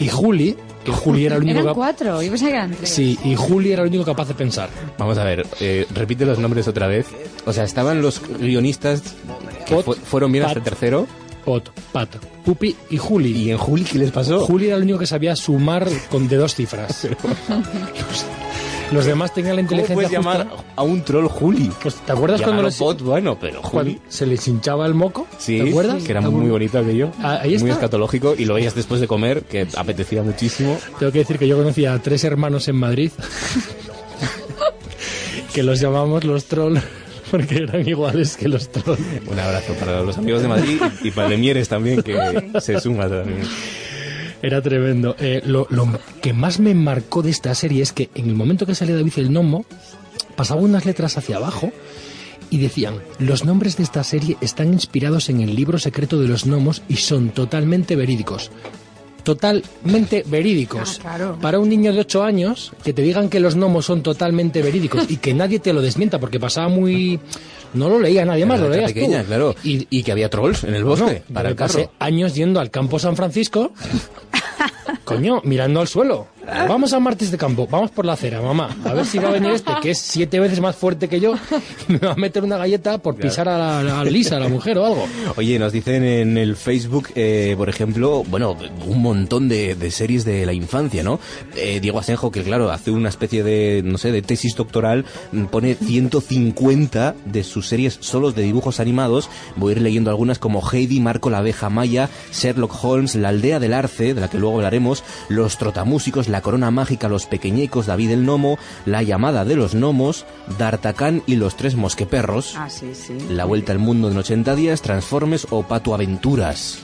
y Juli, que Juli era el único Eran capaz... cuatro, yo pensaba que eran tres. Sí, y Juli era el único capaz de pensar. Vamos a ver, eh, repite los nombres otra vez. O sea, estaban los guionistas que Pot, fu- fueron bien hasta el Pat. tercero. Pot, Pat, Puppy y Juli. ¿Y en Juli qué les pasó? Juli era el único que sabía sumar con de dos cifras. los, los demás tenían la ¿Cómo inteligencia puedes llamar justa. a un troll Juli? Pues, ¿Te acuerdas cuando, Llamarlo les- Pot, bueno, pero Juli... cuando se les hinchaba el moco? Sí, ¿Te acuerdas? que era muy bonito aquello. Ah, ahí Muy está. escatológico y lo veías después de comer, que apetecía muchísimo. Tengo que decir que yo conocía a tres hermanos en Madrid que los llamábamos los troll porque eran iguales que los troll. Un abrazo para los amigos de Madrid y para Lemieres también, que se suma también. Era tremendo. Eh, lo, lo que más me marcó de esta serie es que en el momento que salía David el Nomo, pasaba unas letras hacia abajo y decían, los nombres de esta serie están inspirados en el libro secreto de los gnomos y son totalmente verídicos. Totalmente verídicos. Ah, claro. Para un niño de 8 años, que te digan que los gnomos son totalmente verídicos y que nadie te lo desmienta porque pasaba muy... No lo leía nadie más, lo Era leías tú. pequeña, claro. Y, Y, y que había trolls en el bosque no, para me el pasé carro. años yendo al campo San Francisco, coño, mirando al suelo. Vamos a martes de campo, vamos por la acera, mamá. A ver si va a venir este, que es siete veces más fuerte que yo, y me va a meter una galleta por pisar a, la, a Lisa, a la mujer o algo. Oye, nos dicen en el Facebook, eh, por ejemplo, bueno, un montón de, de series de la infancia, ¿no? Eh, Diego Asenjo, que claro, hace una especie de, no sé, de tesis doctoral, mm, pone 150 de sus series solos de dibujos animados. Voy a ir leyendo algunas como Heidi, Marco la abeja maya, Sherlock Holmes, La aldea del arce, de la que luego hablaremos, Los trotamúsicos, La corona mágica, Los pequeñecos, David el gnomo, La llamada de los gnomos, D'Artacán y los tres mosqueperros. Ah, sí, sí. La Vuelta al Mundo en 80 días, Transformes o Pato Aventuras.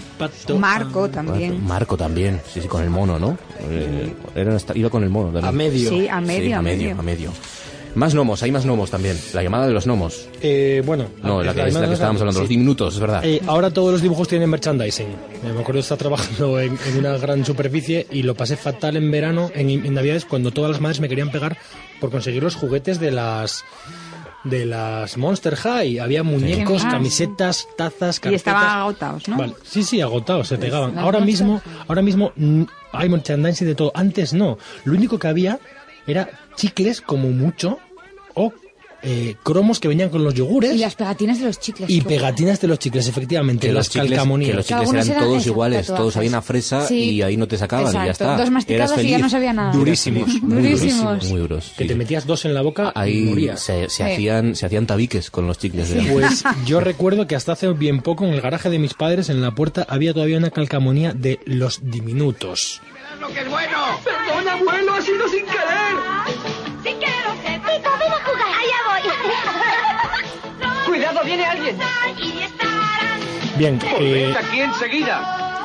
Marco también. Marco también, sí, sí, con el mono, ¿no? Eh, era hasta- iba con el mono también. A medio. Sí, a medio, Sí, a a medio, medio. a medio. Más gnomos, hay más gnomos también. La llamada de los gnomos. Eh, bueno, No, la que, es la que estábamos hablando, los Sí. diminutos, es verdad. Eh, ahora todos los dibujos tienen merchandising. Eh, me acuerdo estar trabajando en, en una gran superficie y lo pasé fatal en verano, en, en navidades, cuando todas las madres me querían pegar por conseguir los juguetes de las de las Monster High. Había muñecos, Sí. Ah, camisetas, tazas, Y carpetas. estaban agotados, ¿no? Vale. Sí, sí, agotados, se pegaban. la Ahora cosa. mismo, ahora mismo mm, hay merchandising de todo. Antes no. Lo único que había era chicles como mucho o eh, cromos que venían con los yogures Y las pegatinas de los chicles. y tú. pegatinas de los chicles, efectivamente, que las los chicles, que los calcamonías. chicles algunos eran, eran todos eso, iguales, tatuajes. todos habían una fresa Sí. y ahí no te sacaban y ya Exacto, está. dos masticados Eras y ya feliz. no sabía nada. Durísimos. muy Durísimos. muy duros. Que sí. te metías dos en la boca y Ahí morías. se, se Sí. hacían, se hacían tabiques con los chicles. digamos. Pues yo recuerdo que hasta hace bien poco en el garaje de mis padres, en la puerta, había todavía una calcamonía de los diminutos. ¡Sí que lo sé! Tito, ven a jugar. Allá voy. Cuidado, viene alguien. Bien, eh,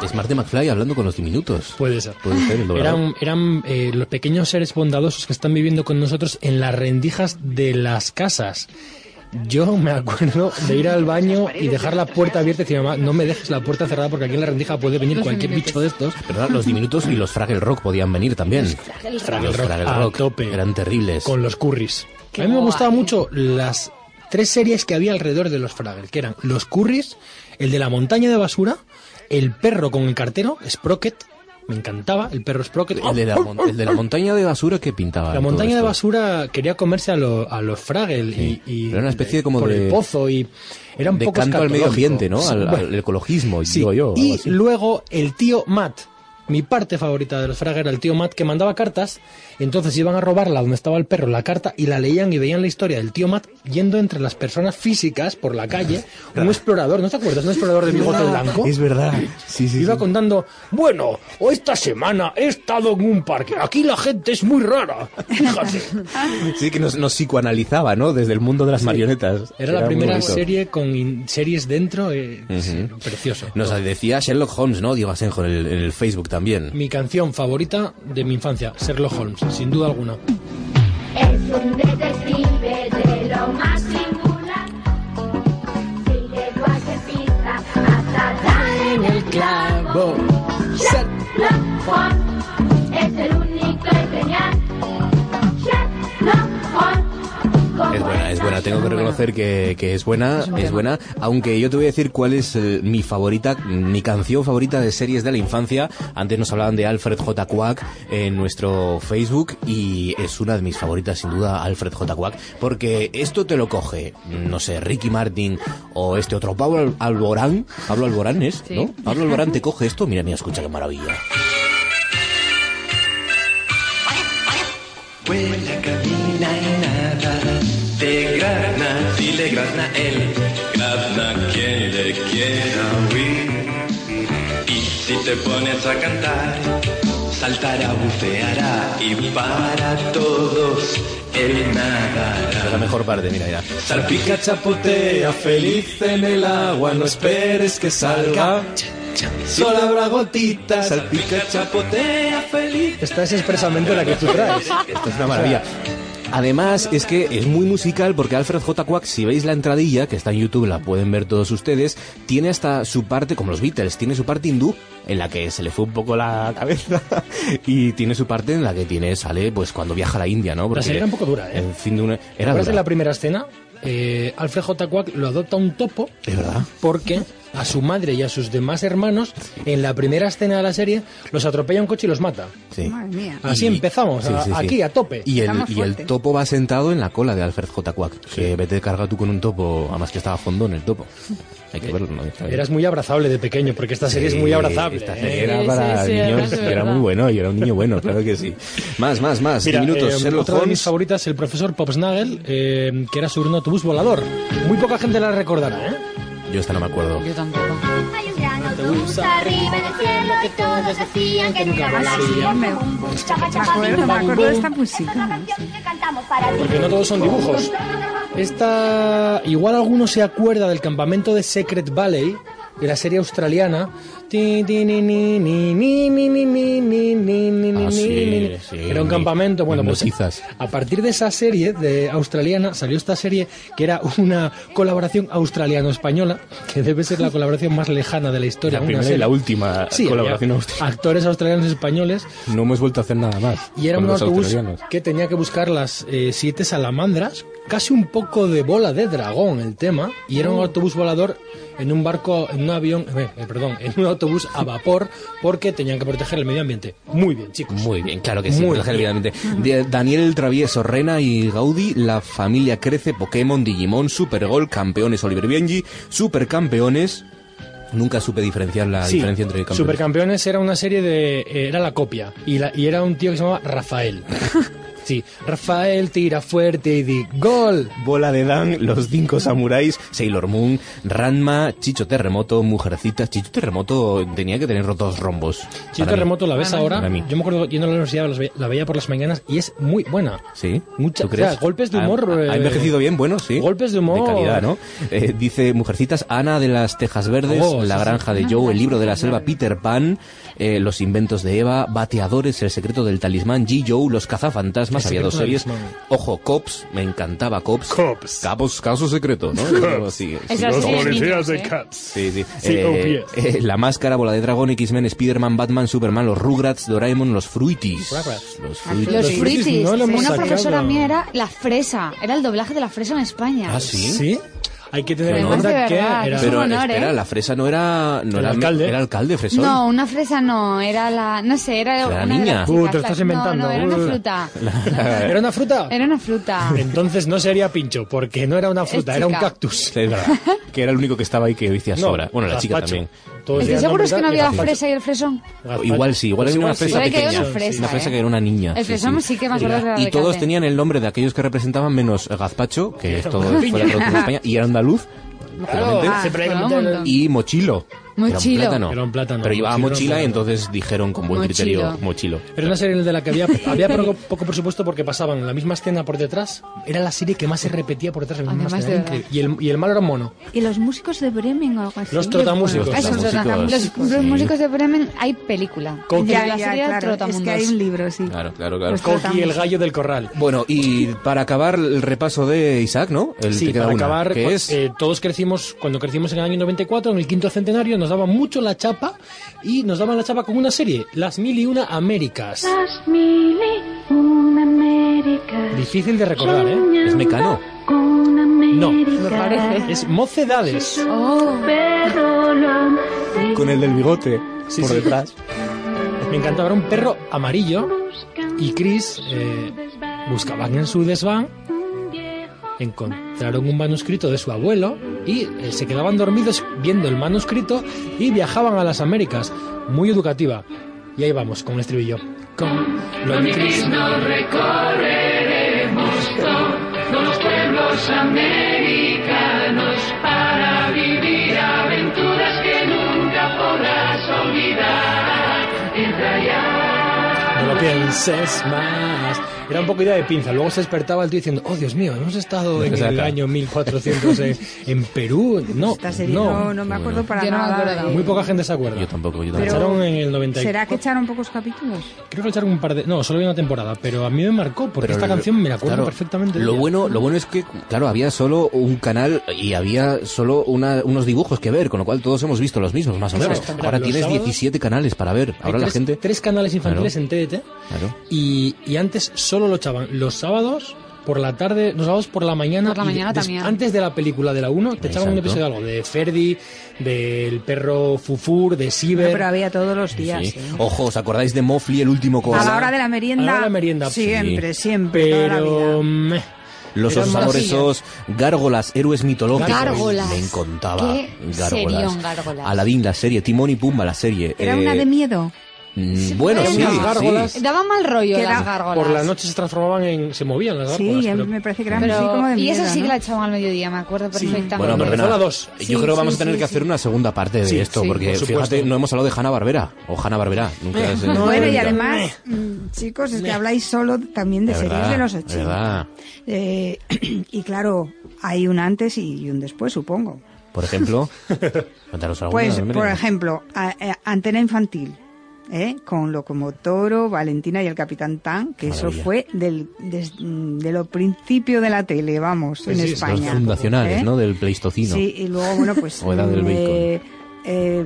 Es Marty McFly hablando con los diminutos. puede ser. Puede ser, el doblador. Eran, eran eh, los pequeños seres bondadosos que están viviendo con nosotros en las rendijas de las casas. Yo me acuerdo de ir al baño y dejar la puerta abierta y decir, mamá, no me dejes la puerta cerrada porque aquí en la rendija puede venir cualquier bicho de estos. Pero claro, los diminutos y los Fraggle Rock podían venir también. Los Fraggle Rock a tope. eran terribles. con los curries. Pues Qué a mí me guay. gustaban mucho las tres series que había alrededor de los Fraggle, que eran los curries, el de la montaña de basura, el perro con el cartero, Sprocket, me encantaba, el perro Sprocket. ¡Oh! El de, la, mon- el de la montaña de basura que pintaba. La montaña de basura quería comerse a, lo- a los Fraggle Sí. y, y- Era una especie como por de- el pozo y era un De poco canto al medio escatológico. ambiente, ¿no? Sí, Al, bueno, al ecologismo, sí. Pues digo yo. algo Y así. luego el tío Matt. Mi parte favorita de los Fragger era el tío Matt que mandaba cartas. Entonces iban a robarla donde estaba el perro la carta y la leían y veían la historia del tío Matt yendo entre las personas físicas por la calle. Un explorador, ¿no te acuerdas? Un explorador de bigote blanco. Ah, Es verdad. Sí, sí. Iba sí. contando, bueno, esta semana he estado en un parque. Aquí la gente es muy rara. Fíjate. Sí, que nos, nos psicoanalizaba, ¿no? Desde el mundo de las marionetas. Era la muy primera bonito. serie con in- series dentro. eh, sí, Precioso. Nos decía Sherlock Holmes, ¿no? Diego Asenjo en el, en el Facebook también. Mi canción favorita de mi infancia, Sherlock Holmes, sin duda alguna. Es un detective de lo más singular. Sigue cualquier pista hasta dar en el clavo. Sherlock Holmes es el único y genial. Sherlock Holmes. como Es buena, es buena. Tengo que reconocer que, que es buena, es buena. Aunque yo te voy a decir cuál es eh, mi favorita, mi canción favorita de series de la infancia. Antes nos hablaban de Alfred J. Quack en nuestro Facebook y es una de mis favoritas, sin duda, Alfred J. Quack. Porque esto te lo coge, no sé, Ricky Martin o este otro, Pablo Al- Alborán. Pablo Alborán es, ¿no? Pablo Alborán te coge esto. Mira, mira, escucha qué maravilla. Huele, camina y nada. Te grana, dile grana él. Grana quien le quiera huir. Y si te pones a cantar, saltará, buceará y para todos él Esa es nadará. la mejor parte, mira, mira. Salpica, chapotea, feliz en el agua, no esperes que salga. Solo habrá gotitas, salpica, chapotea, feliz. Esta es expresamente la que tú traes. Esto es una maravilla. Además, es que es muy musical porque Alfred J. Quack, si veis la entradilla, que está en YouTube, la pueden ver todos ustedes, tiene hasta su parte, como los Beatles, tiene su parte hindú, en la que se le fue un poco la cabeza, y tiene su parte en la que tiene, sale, pues cuando viaja a la India, ¿no? La serie era un poco dura, ¿eh? En fin de una... Era Ahora dura. en la primera escena, eh, Alfred J. Quack lo adopta un topo Es verdad. porque a su madre y a sus demás hermanos, en la primera escena de la serie los atropella un coche y los mata. Sí. Madre mía. Así empezamos, a- aquí, a tope. Y el, Estamos y el fuertes. topo va sentado en la cola de Alfred J. Quack. Que vete carga tú con un topo, además que estaba a fondo en el topo. Hay que verlo, ¿no? Está bien. Eh, Eras muy abrazable de pequeño, porque esta serie es Sí, muy abrazable. Esta ¿eh? serie era Sí, para sí, sí, niños, además es que era verdad. muy bueno, y era un niño bueno, claro que sí. Más, más, más. Mira, Diez minutos, eh, Sherlock otro de mis Holmes. favoritas, el profesor Popsnagel, eh, que era sobre un autobús volador. Muy poca gente la recordará, ¿eh? Yo esta no me acuerdo. Yo tampoco. Hay un gran autobús arriba en el cielo y todos decían que nunca volaría. Me- Bum, bum, chapa, Me chapa, acuerdo, bim, me bam, acuerdo de bum. esta es la música. ¿no? canción que cantamos para ti. Porque no todos son dibujos. Esta, igual alguno se acuerda del campamento de Secret Valley, de la serie australiana. Ti, ti, ni, ni, ni, ni, ni, ni, ni, ni, ni, ni, ni, Ah, sí, ni, ni. sí, Era un ni- campamento, bueno, ni pues notizas. a partir de esa serie de australiana salió esta serie que era una colaboración australiano-española, que debe ser la colaboración más lejana de la La historia. una primera y serie. la última Sí, colaboración había Ah. australiana. Actores australianos y españoles No hemos vuelto a hacer nada más. y era con un los autobús australianos. que tenía que buscar las eh, siete salamandras, casi un poco de bola de dragón el tema, y era un autobús volador en un barco, en un avión, eh, eh, perdón, en un autobús a vapor, porque tenían que proteger el medio ambiente. Muy bien, chicos. Pues Muy bien, claro que sí. Muy Ángel, evidentemente. De- Daniel el Travieso, Rena y Gaudí, La Familia Crece, Pokémon, Digimon, Supergol, Campeones, Oliver Benji, Supercampeones. Nunca supe diferenciar la Sí, diferencia entre campeones. Supercampeones era una serie de... eh, era la copia, y, la- y era un tío que se llamaba Rafael. Sí, Rafael tira fuerte y di gol. Bola de Dan, Los Cinco Samuráis, Sailor Moon, Ranma, Chicho Terremoto, Mujercitas. Chicho Terremoto tenía que tener dos rombos. Si el para mí. terremoto la ves Para mí. ahora, Para mí. yo me acuerdo yendo a la universidad, las ve- la veía por las mañanas y es muy buena. Sí, Mucha- ¿tú crees? o sea, golpes de Ha- humor, Ha, eh, envejecido bien, bueno, sí. golpes de humor. De calidad, ¿no? Eh, dice Mujercitas, Ana de las Tejas Verdes, Oh, La sí, sí. Granja de Joe, El libro de la selva, Peter Pan, eh, Los inventos de Eva, Bateadores, El secreto del talismán, G. Joe, Los cazafantasmas, El había dos secreto del series. talismán. Ojo, Cops, me encantaba Cops. Cops. Capos, caso secreto, ¿no? Algo así, sí. Esa serie es mitos, ¿eh? Sí, sí. Eh, eh, la máscara, bola de dragón, X-Men, Spider-Man, Batman, Superman, los Rugrats, Doraemon, los Fruities. Rugrats. Los Los Sí, Fruities. fruitis. no lo hemos Una sacado. profesora mía era la fresa. Era el doblaje de la fresa en España. Ah, sí. Sí. Hay que tener en Además, cuenta de que verdad, era... es un Pero honor, espera, ¿eh? la fresa no era no El era alcalde. era alcalde Fresón. No, una fresa no, era la, no sé, era Era la una de niña. las Uh, chicas, te lo estás la- inventando, No, no, era una uh. fruta. eh, ¿Era una fruta? Era una fruta. Entonces no sería pincho, porque no era una fruta, Es era un chica. cactus. Sí, este es verdad, que era el único que estaba ahí que decía sobra. bueno, la chica gazpacho. también. Todos ¿Estáis eran seguros que no hombres, había la gazpacho. fresa y el fresón? Gazpacho. Igual sí, igual Pues había una fresa Puede que haya pequeña. una fresa, Una fresa ¿eh? que era una niña. sí, El fresón sí. sí que me acuerdo que era Y de todos Cate. tenían el nombre de aquellos que representaban menos eh, Gazpacho, que es todo fuera de todo de España, y era andaluz. claramente. Ah, Siempre hay que todo meter un el- montón. y mochilo. Mochilo. Era un plátano. Era un plátano. Pero llevaba Mochilo, mochila y plátano. entonces dijeron con buen Mochilo. criterio mochilo. Era una serie de la que había, había poco, poco presupuesto porque pasaban la misma escena por detrás. Era la serie que más se repetía por detrás. La misma Además, escena. de verdad. Y, el, y el malo era un mono. Y los músicos de Bremen o algo así. Los trotamúsicos. Ah, esos Los eran- músicos. Los, los músicos de Bremen hay película. Coqui. De Ya, la ya, serie claro, Es que Trotamundos. hay un libro, sí. Pues Claro, claro, claro. Los Coqui, el gallo del corral. Bueno, y para acabar el repaso de Isaac, ¿no? El Sí, te queda para una, acabar, que cu- es eh, todos crecimos, cuando crecimos en el año 94, en el quinto centenario, nos daban mucho la chapa y nos daban la chapa con una serie, Las Mil y Una Américas. Las mil y una Américas. Difícil de recordar, ¿eh? es Mecano. Con No, Me parece. es Mocedades. Oh, Pero Con el del bigote Sí, por sí. detrás. Me encantaba, era un perro amarillo y Chris eh, buscaban en su desván, encontraron un manuscrito de su abuelo y eh, se quedaban dormidos viendo el manuscrito y viajaban a las Américas. Muy educativa. Y ahí vamos, con el estribillo. Con lo de Chris. No lo pienses más. Era un poco idea de pinza. Luego se despertaba el tío diciendo, oh Dios mío, hemos estado en el Exacto. año 1400 en, en Perú. No, Esta serie no, no. no, me acuerdo para Yo no me nada. acuerdo. de- Muy poca gente se acuerda. Yo tampoco, yo La tampoco. echaron en el 90. y- ¿Será que echaron pocos capítulos? Creo que echaron un par de. No, solo había una temporada, pero a mí me marcó porque Pero esta lo- canción me la acuerdo claro, perfectamente. de Lo ella. bueno, lo bueno es que, claro, había solo un canal y había solo una- unos dibujos que ver, con lo cual todos hemos visto los mismos, más o menos. Exacto. Ahora Los tienes sábados- 17 canales para ver. Hay Ahora la tres- gente. Tres canales infantiles Claro. en TDT. Claro. Y, y antes solo lo echaban los sábados por la tarde, nos vamos por la mañana. Por la y de- mañana des- también. Antes de la película de la 1, te echaban un Exacto. episodio de algo, de Ferdi, del perro Fufur, de Ciber. Bueno, pero había todos los días. Sí. ¿eh? Ojo, ¿os acordáis de Mofli, el último koala? A la hora de la merienda. A la hora de la merienda, Siempre, sí. siempre. toda la Pero. eh, mm, vida. meh, Los eran osos más- amorosos, gárgolas, héroes mitológicos. Gárgolas. Me encontaba. Qué serión, Gárgolas. Aladín, la serie. Timón y Pumba, la serie. Era Eh, una de miedo. mm, Bueno, bueno, sí, las sí. gárgolas. Daba mal rollo Que las da- gárgolas. Por la noche se transformaban en. Se movían las Sí, gárgolas. ya Pues, pero- me parece que era Pero- así como de y miedo. esa sí que ¿no? la echaban al mediodía, me acuerdo perfectamente. Bueno, No, perdona. empezó la dos. Yo Sí, creo que vamos sí, a tener sí, que hacer una segunda parte de Sí, esto, sí. porque Por supuesto. fíjate, no hemos hablado de Hanna Barbera o Hanna Barbera. Nunca se- Eh, Bueno, y nunca. además, mm, chicos, es que habláis solo también de Es series verdad, de los es 80. verdad. Eh, y claro, hay un antes y un después, supongo. Por ejemplo, cuéntanos alguna. Pues, Belén. por ejemplo, a- a- Antena Infantil, ¿eh? con Locomotoro, Valentina y el Capitán Tan, que Maravilla. eso fue del, des- de lo principio de la tele, vamos, en sí, sí, España. Los fundacionales, ¿eh? ¿no? Del Pleistocino. Sí, y luego, bueno, pues... O Edad del mm, Bacon. eh, eh,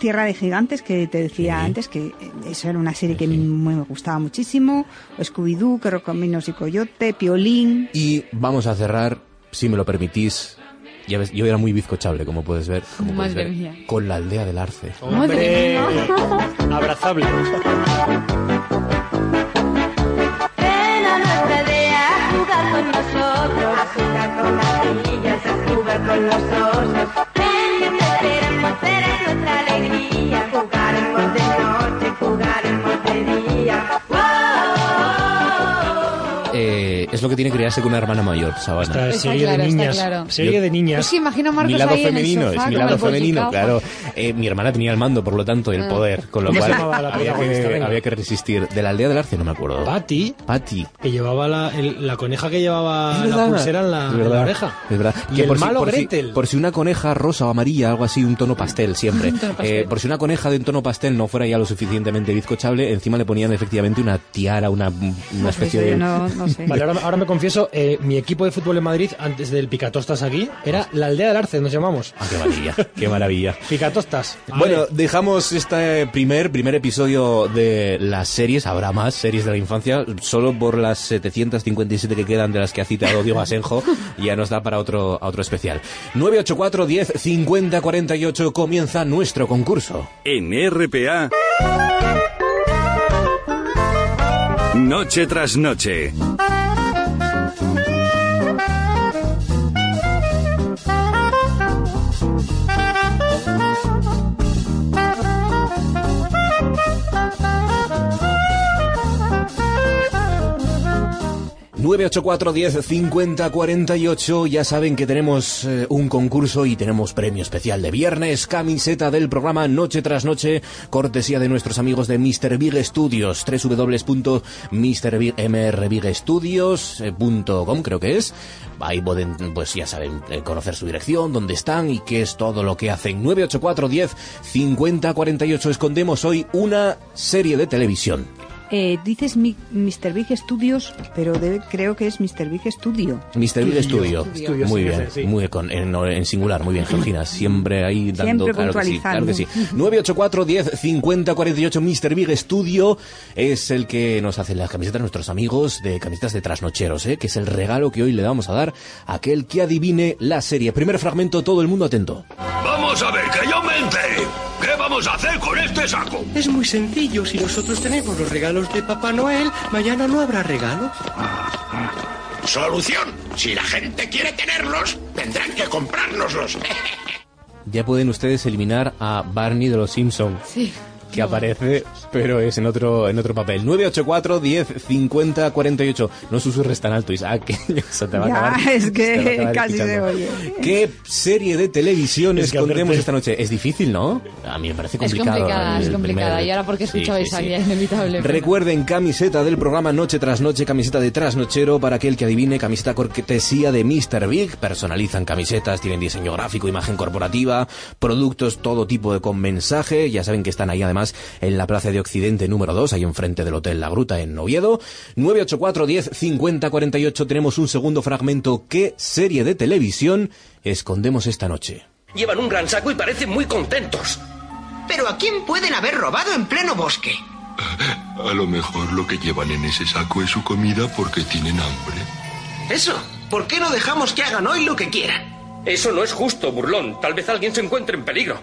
Tierra de Gigantes, que te decía Sí. antes, que eh, eso era una serie que Sí. me gustaba muchísimo, Scooby-Doo, que Rocominos y Coyote, Piolín... Y vamos a cerrar, si me lo permitís. Ya ves, yo era muy bizcochable, como puedes ver. como puedes Madre ver, mía. Con la aldea del arce. ¡Hombre! Abrazable. Ven a nuestra aldea a jugar con nosotros. A jugar con las semillas, a jugar con los osos. Ven que te esperamos, eres nuestra alegría. Jugaremos de noche, jugaremos de día. Eh, es lo que tiene que crearse con una hermana mayor, Esta Sabana. serie claro, de está niñas. claro. Serie de niñas. Pues sí, imagino a Marcos mi lado ahí en femenino, el sofá, es mi como lado el Ah. pollo femenino, cao. claro. Eh, mi hermana tenía el mando, por lo tanto, y el poder, con lo ¿Cómo se cual llamaba la había, protagonista? que, Venga. había que resistir. De la aldea del arce no me acuerdo. Patty, Patty. que llevaba la, el- la coneja que llevaba Es Ah, la verdad. pulsera en la, Es en la verdad. oreja. Es verdad. Y Que el malo por Gretel. por si una coneja rosa o amarilla, algo así, un tono pastel siempre. Eh, por si una coneja de un tono pastel no fuera ya lo suficientemente bizcochable, encima le ponían efectivamente una tiara, una, una pues especie eso de... yo no, no sé. Vale, ahora, ahora me confieso, eh, mi equipo de fútbol en Madrid, antes del Picatostas aquí, era la aldea del Arce, nos llamamos. Ah, qué maravilla, qué maravilla. Picatostas. A Ah, Bueno, ver, dejamos este primer, primer episodio de las series, habrá más series de la infancia, solo por las 757 que quedan de las que ha citado Diego Asenjo, ya nos da para otro, a otro especial. 984 10 50 48 comienza nuestro concurso. En RPA. Noche tras noche. Guau. 984 10 50 48, ya saben que tenemos eh, un concurso y tenemos premio especial de viernes, camiseta del programa Noche tras Noche, cortesía de nuestros amigos de Mr. Big Studios, www.mrbigstudios.com eh, creo que es. Ahí pueden, pues ya saben, eh, conocer su dirección, dónde están y qué es todo lo que hacen. 984 10 50 48, escondemos hoy una serie de televisión. Eh, dices mi- Mr. Big Studios, pero de- creo que es Mr. Big Studio. Mr. Big Studio. Studio, Muy sí, bien, sí. muy con, en, no, en singular, muy bien, Georgina. Siempre ahí dando. Siempre claro que sí, claro puntualizando. que sí. 984 10 50 48 Mr. Big Studio es el que nos hacen las camisetas nuestros amigos de camisetas de trasnocheros, ¿eh? que es el regalo que hoy le vamos a dar a aquel que adivine la serie. Primer fragmento, todo el mundo atento. Vamos a ver, que yo me enteré. ¿Qué vamos a hacer con este saco? Es muy sencillo, si nosotros tenemos los regalos de Papá Noel, mañana no habrá regalos. Solución. Si la gente quiere tenerlos, tendrán que comprárnoslos. Ya pueden ustedes eliminar a Barney de los Simpsons. Sí. que aparece, pero es en otro en otro papel. 984 10 50 48. No susurres tan alto, Isaac, que se te va a Ya, acabar. es que te va a acabar casi se escuchando. oye. ¿Qué serie de televisión Es que escondemos aparte- esta noche? Es difícil, ¿no? A mí me parece Es complicado. complicada, el es complicada. primer- Y ahora porque he Sí, escuchado sí, esa sí. ya es inevitable. Recuerden, camiseta del programa Noche tras Noche, camiseta de trasnochero para aquel que adivine, camiseta cortesía de Mr. Big. Personalizan camisetas, tienen diseño gráfico, imagen corporativa, productos todo tipo de con mensaje. Ya saben que están ahí además en la Plaza de Occidente número 2, ahí enfrente del Hotel La Gruta en Oviedo. 984 10 50 48 tenemos un segundo fragmento. ¿Qué serie de televisión escondemos esta noche? Llevan un gran saco y parecen muy contentos. Pero ¿a quién pueden haber robado en pleno bosque? A lo mejor lo que llevan en ese saco es su comida porque tienen hambre. Eso. ¿Por qué no dejamos que hagan hoy lo que quieran? Eso no es justo, burlón. Tal vez alguien se encuentre en peligro.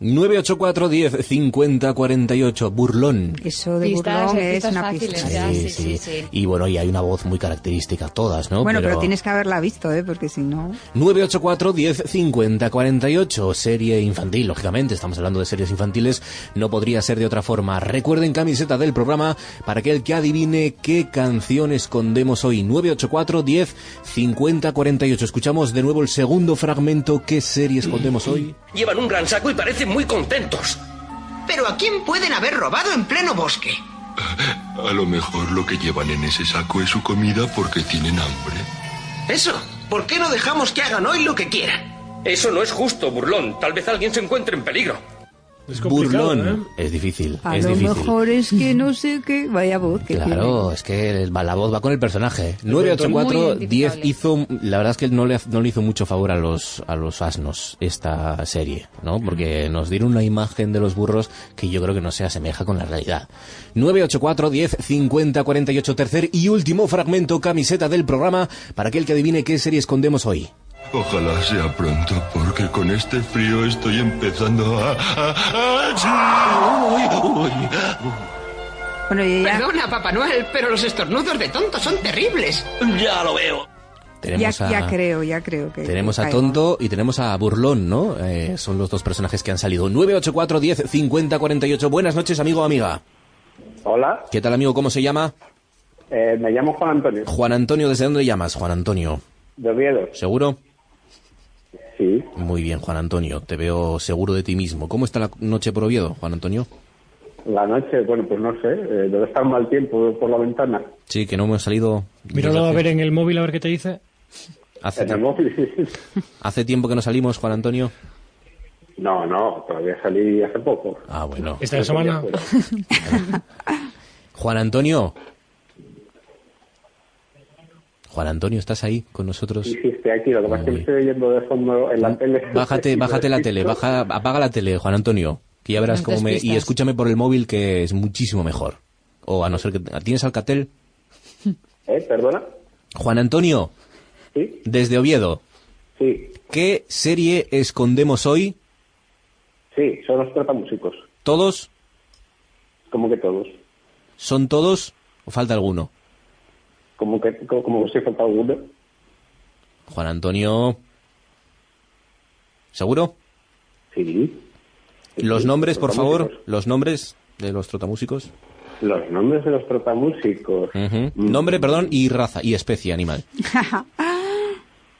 984 10 50 48, burlón. Eso de Pistas, burlón eh, es pistas una fáciles, pista. ya, sí, sí. sí, sí. Y bueno, y hay una voz muy característica, todas, ¿no? Bueno, pero... tienes que haberla visto, ¿eh? Porque si no... 984 10 50 48, serie infantil, lógicamente, estamos hablando de series infantiles, no podría ser de otra forma. Recuerden camiseta del programa para aquel que adivine qué canción escondemos hoy. 984 10 50 48. Escuchamos de nuevo el segundo fragmento, ¿qué serie escondemos hoy? Llevan un gran saco y parecen muy contentos. ¿Pero a quién pueden haber robado en pleno bosque? A lo mejor lo que llevan en ese saco es su comida porque tienen hambre. Eso. ¿Por qué no dejamos que hagan hoy lo que quieran? Eso no es justo, burlón. Tal vez alguien se encuentre en peligro. ¿eh? Burlón. Es difícil, A es lo difícil. mejor es que no sé qué... Vaya voz que Claro, es que el- la voz va con el personaje. Muy 984 10 identificable. hizo, la verdad es que no le, no le hizo mucho favor a los, a los asnos esta serie, ¿no? Porque Mm. nos dieron una imagen de los burros que yo creo que no se asemeja con la realidad. 984 10 50 48, tercer y último fragmento camiseta del programa para aquel que adivine qué serie escondemos hoy. Ojalá sea pronto porque con este frío estoy empezando a... a- a- ¡Sí! ¡Uy, uy! Perdona, Papá Noel, pero los estornudos de tonto son terribles. Ya lo veo. Ya, Tenemos a- ya creo, ya creo que... Tenemos a Ay, Tonto y tenemos a Burlón, ¿no? Eh, son los dos personajes que han salido. 984 10 50 48. Buenas noches, amigo o amiga. Hola, ¿Qué tal, amigo? ¿Cómo se llama? eh, me llamo Juan Antonio, Juan Antonio, ¿desde dónde llamas, Juan Antonio? de Oviedo. ¿Seguro? Sí. Muy bien, Juan Antonio. Te veo seguro de ti mismo. ¿Cómo está la noche por Oviedo, Juan Antonio? La noche, bueno, pues no sé, eh, debe estar mal tiempo por la ventana. Sí, que no hemos salido... Míralo a ver en el móvil a ver qué te dice. Hace, En el móvil, sí, sí. hace tiempo que no salimos, Juan Antonio. No, no, todavía salí hace poco. Ah, bueno. Esta semana. Juan Antonio. Juan Antonio, ¿estás ahí con nosotros? Sí, sí, estoy aquí, lo que pasa es que me estoy oyendo de fondo en la tele. Mm, Bájate, bájate la tele, baja, apaga la tele, Juan Antonio, que ya verás No cómo me... Y despistas. escúchame por el móvil, que es muchísimo mejor. O a no ser que... ¿Tienes Alcatel? ¿Eh? ¿Perdona? Juan Antonio, Sí. desde Oviedo, Sí, ¿qué serie escondemos hoy? sí, son los tratamusicos, ¿Todos? como que todos. ¿Son todos? ¿O falta alguno? Como que, como, como si falta alguno. Juan Antonio... ¿Seguro? Sí. Los sí, nombres, por favor, trotamúsicos. los nombres de los trotamúsicos. Los nombres de los tratamusicos. Ujú. Mm. Nombre, perdón, y raza, y especie animal.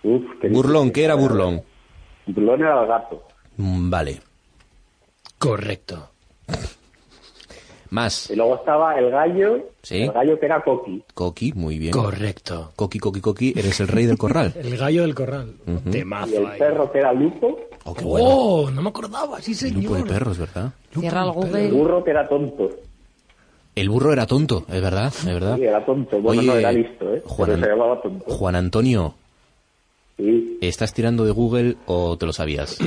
Uf, qué Burlón, ¿qué era burlón? Burlón era el gato. Mm, Vale. Correcto. Más. Y luego estaba el gallo, Sí. el gallo que era Coqui. Coqui, muy bien. Correcto. Coqui, coqui, coqui, eres el rey del corral. El gallo del corral. Ujú. Y Temazo el ahí. perro que era Lupo. Oh, qué bueno. Oh, no me acordaba, sí señor. Grupo de perros, ¿verdad? Cierra el El Google. burro que era tonto. El burro era tonto, es verdad, es verdad. Sí, era tonto. Bueno, Oye, no era listo, ¿eh? Juan, Pero An- se llamaba tonto. Juan Antonio, Sí. ¿estás tirando de Google o te lo sabías?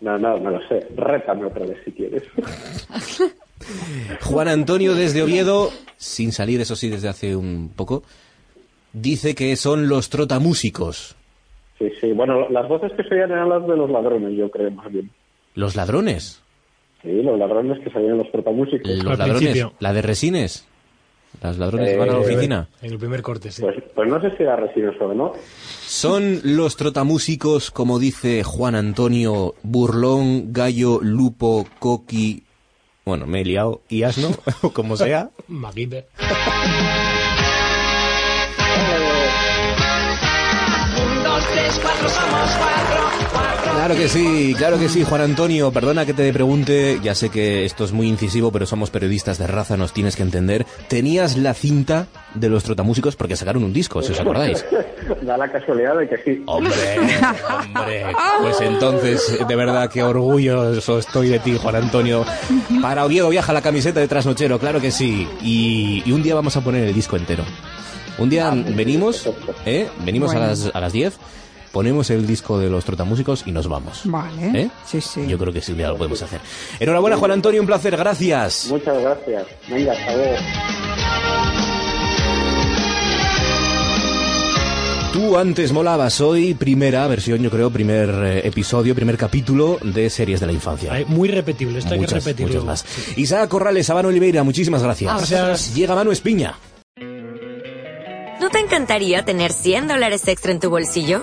No, no, no lo sé. Rétame otra vez si quieres. Juan Antonio desde Oviedo, sin salir, eso sí, desde hace un poco, dice que son los trotamúsicos, Sí, sí. Bueno, las voces que se oían eran las de los ladrones, yo creo, más bien. los ladrones, Sí, los ladrones que salían en los protamúsicos. los ladrones, la de resines, los ladrones que van a la Eh, oficina. En el primer corte, sí. Pues, pues no sé si era resinoso o no. Son los trotamúsicos, como dice Juan Antonio, Burlón, Gallo, Lupo, Coqui, bueno, me he liado, y Asno, o como sea. MacGyver. Un, dos, tres, cuatro, somos cuatro. Claro que sí, claro que sí, Juan Antonio, perdona que te pregunte, ya sé que esto es muy incisivo, pero somos periodistas de raza, nos tienes que entender. ¿Tenías la cinta de los trotamúsicos? Porque sacaron un disco, si os acordáis. da la casualidad de que sí. Hombre, hombre. Pues entonces, de verdad, qué orgulloso estoy de ti, Juan Antonio. Para Oviedo viaja la camiseta de trasnochero, claro que sí. Y, y un día vamos a poner el disco entero. Un día venimos, ¿eh? Venimos a, Bueno. las, a las 10, ponemos el disco de los trotamúsicos y nos vamos. Vale. ¿Eh? Sí, sí. Yo creo que sí, ya lo podemos hacer. Enhorabuena, Juan Antonio, un placer, gracias. Muchas gracias. Venga, hasta luego. Tú antes molabas hoy, primera versión, yo creo, primer eh, episodio, primer capítulo de Series de la Infancia. Hay- Muy repetible, esto hay muchas, que repetirlo. muchas más. Isaac Corrales, Sabano Oliveira, muchísimas gracias. A vosotros. Llega Manu Espiña. ¿No te encantaría tener 100 dólares extra en tu bolsillo?